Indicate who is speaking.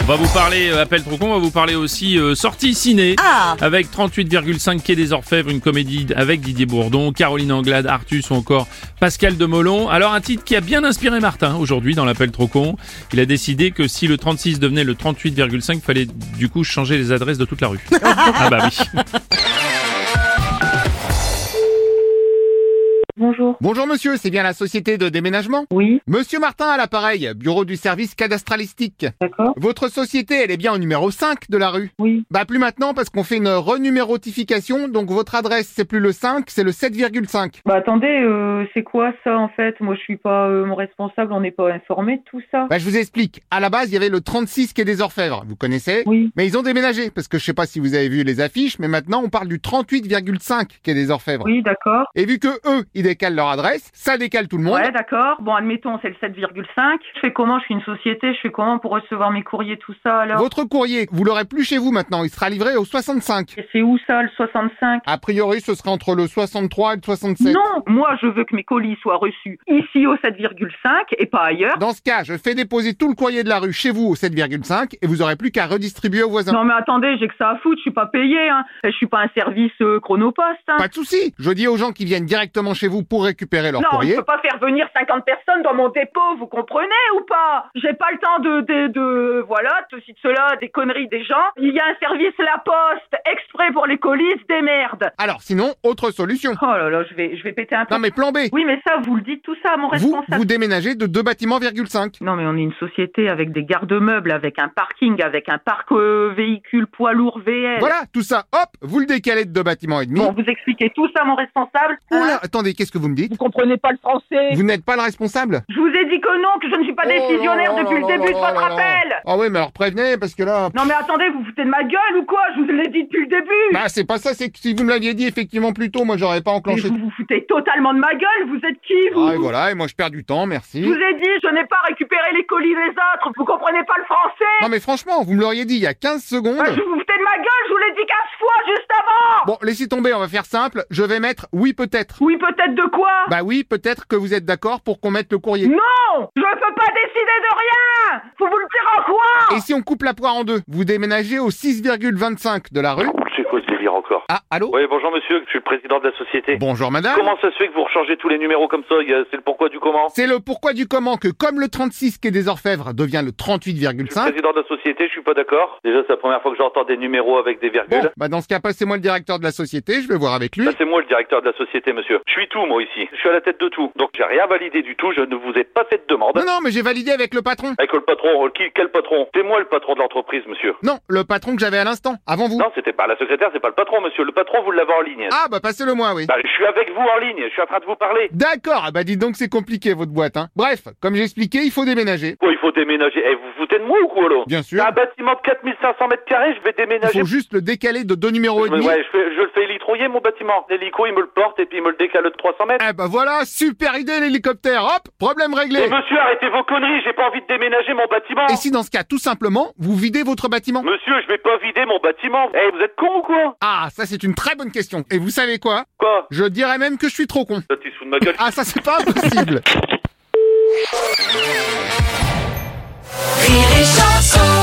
Speaker 1: On va vous parler euh, appel trop con, on va vous parler aussi euh, sortie ciné
Speaker 2: Ah.
Speaker 1: avec 38,5 quai des Orfèvres, une comédie d- avec Didier Bourdon, Caroline Anglade, Artus ou encore Pascal Demolon. Alors un titre qui a bien inspiré Martin aujourd'hui dans l'appel trop con. Il a décidé que si le 36 devenait le 38,5, fallait du coup changer les adresses de toute la rue. ah bah oui.
Speaker 3: Bonjour.
Speaker 4: Bonjour monsieur, c'est bien la société de déménagement
Speaker 3: Oui,
Speaker 4: Monsieur Martin à l'appareil, bureau du service cadastralistique.
Speaker 3: d'accord.
Speaker 4: Votre société, elle est bien au numéro 5 de la rue
Speaker 3: Oui,
Speaker 4: Bah plus maintenant parce qu'on fait une renumérotification, donc votre adresse c'est plus le 5, c'est le 7,5.
Speaker 3: bah attendez, euh, c'est quoi ça en fait Moi je suis pas euh, mon responsable, on n'est pas informé de tout ça.
Speaker 4: Bah je vous explique, à la base il y avait le 36 quai des Orfèvres, vous connaissez
Speaker 3: Oui,
Speaker 4: Mais ils ont déménagé, parce que je sais pas si vous avez vu les affiches, mais maintenant on parle du 38,5 quai des Orfèvres.
Speaker 3: oui, d'accord.
Speaker 4: Et vu que eux, ils décalent leur adresse, ça décale tout le monde.
Speaker 3: Ouais, d'accord. Bon, admettons, c'est le 7,5. Je fais comment Je suis une société, je fais comment pour recevoir mes courriers, tout ça alors
Speaker 4: Votre courrier, vous l'aurez plus chez vous maintenant, il sera livré au 65.
Speaker 3: Et C'est où ça, le 65
Speaker 4: A priori, ce serait entre le 63 et le 67.
Speaker 3: Non, moi je veux que mes colis soient reçus ici au 7,5 et pas ailleurs.
Speaker 4: Dans ce cas, je fais déposer tout le courrier de la rue chez vous au 7,5 et vous aurez plus qu'à redistribuer aux voisins.
Speaker 3: Non mais attendez, j'ai que ça à foutre, je suis pas payé, hein. Je suis pas un service euh, chronopost, hein.
Speaker 4: Pas de souci. Je dis aux gens qui viennent directement chez vous pour récupérer leur
Speaker 3: Non, je
Speaker 4: courrier.
Speaker 3: peux pas faire venir 50 personnes dans mon dépôt, vous comprenez ou pas J'ai pas le temps de, de, de- voilà, de ceci, de cela, des conneries des gens. Il y a un service La Poste, exprès pour les colis, se démerde.
Speaker 4: Alors sinon, autre solution.
Speaker 3: Oh là là, je vais, je vais péter un
Speaker 4: Non
Speaker 3: plomb.
Speaker 4: mais plan B.
Speaker 3: Oui, mais ça, vous le dites tout ça à mon
Speaker 4: Vous,
Speaker 3: responsable.
Speaker 4: vous déménagez de deux bâtiments, 5.
Speaker 3: Non, mais on est une société avec des garde-meubles, avec un parking, avec un parc euh, véhicule poids lourd VL.
Speaker 4: Voilà, tout ça, hop, vous le décalez de deux bâtiments et demi.
Speaker 3: Eh Bon, vous expliquez tout ça à mon responsable hein
Speaker 4: Oula, attendez, qu'est-ce que vous me dites
Speaker 3: Vous comprenez pas le français
Speaker 4: Vous Oh n'êtes pas le responsable
Speaker 3: Je vous ai dit que non, que je ne suis pas décisionnaire depuis le début de votre appel
Speaker 4: Ah oui, mais alors prévenez, parce que là...
Speaker 3: Non mais attendez, vous vous foutez de ma gueule ou quoi Je vous l'ai dit depuis le début
Speaker 4: Bah c'est pas ça, c'est que si vous me l'aviez dit effectivement plus tôt, moi j'aurais pas
Speaker 3: Mais
Speaker 4: enclenché...
Speaker 3: Vous vous foutez totalement de ma gueule, vous êtes qui vous
Speaker 4: Ah et voilà, et moi je perds du temps, merci.
Speaker 3: Je vous ai dit, je n'ai pas récupéré les colis des autres, vous comprenez pas le français
Speaker 4: Non mais franchement, vous me l'auriez dit il y a 15 secondes.
Speaker 3: Bah, Je vous foutez de ma gueule, je vous l'ai dit 15 fois juste avant
Speaker 4: Bon, laissez tomber, on va faire simple. Je vais mettre oui peut-être.
Speaker 3: Oui peut-être de quoi
Speaker 4: Bah oui, peut-être que vous êtes d'accord pour qu'on mette le courrier.
Speaker 3: Non Je ne peux pas décider de rien Faut vous le dire en quoi
Speaker 4: Et si on coupe la poire en deux, vous déménagez au 6,25 de la rue.
Speaker 5: C'est quoi ce délire encore
Speaker 4: Ah, allô
Speaker 5: Oui, bonjour monsieur, je suis le président de la société.
Speaker 4: Bonjour madame.
Speaker 5: Comment ça se fait que vous rechangez tous les numéros comme ça Il y a- C'est le pourquoi du comment
Speaker 4: C'est le pourquoi du comment que comme le 36 quai des Orfèvres devient le
Speaker 5: Je suis
Speaker 4: 38,5.
Speaker 5: président de la société, je suis pas d'accord. Déjà, c'est la première fois que j'entends des numéros avec des virgules.
Speaker 4: Bon, bah dans ce cas, passez-moi le directeur de la société, je vais voir avec lui.
Speaker 3: Bah,
Speaker 5: Là, c'est moi le directeur de la société, monsieur. Je suis tout, moi, ici. Je suis à la tête de tout. Donc, j'ai rien validé du tout, je ne vous ai pas fait de demande.
Speaker 4: Non, non, mais j'ai validé avec le patron.
Speaker 5: Avec le patron, euh, qui- quel patron C'est moi le patron de l'entreprise, monsieur.
Speaker 4: Non, le patron que j'avais à l'instant, avant vous.
Speaker 5: Non, c'était pas la secrétaire, c'est pas le patron, monsieur. Le patron, vous l'avez en ligne.
Speaker 4: Ah, bah passez-le moi, oui.
Speaker 5: Bah, je suis avec vous en ligne, je suis en train de vous parler.
Speaker 4: D'accord, ah bah dites donc c'est compliqué votre boîte, hein. Bref, comme j'ai expliqué, il faut déménager.
Speaker 5: Quoi, il faut déménager Eh, vous vous foutez de moi ou quoi, là
Speaker 4: Bien sûr.
Speaker 5: C'est un bâtiment de 4500 mètres carrés, Ah bah, je vais
Speaker 4: Il
Speaker 5: déménager.
Speaker 4: faut juste le décaler de deux numéros et
Speaker 5: Je me-
Speaker 4: demi.
Speaker 5: ouais, je, fais- je le fais électroyer mon bâtiment. L'hélico, il me le porte et puis il me le décale de 300 mètres.
Speaker 4: Eh bah voilà, super idée l'hélicoptère, hop, problème
Speaker 5: Et
Speaker 4: réglé.
Speaker 5: monsieur, arrêtez vos conneries, j'ai pas envie de déménager mon bâtiment.
Speaker 4: Ah, Et si dans ce cas, tout simplement, vous videz votre bâtiment
Speaker 5: Monsieur, je vais pas vider mon bâtiment. Eh, vous êtes con ou quoi
Speaker 4: Ah, ça c'est une très bonne question. Et vous savez quoi
Speaker 5: Quoi
Speaker 4: Je dirais même que je suis trop con.
Speaker 5: Toi, tu te fous de ma gueule.
Speaker 4: Ah, ça c'est pas impossible.
Speaker 2: Rire et chanson.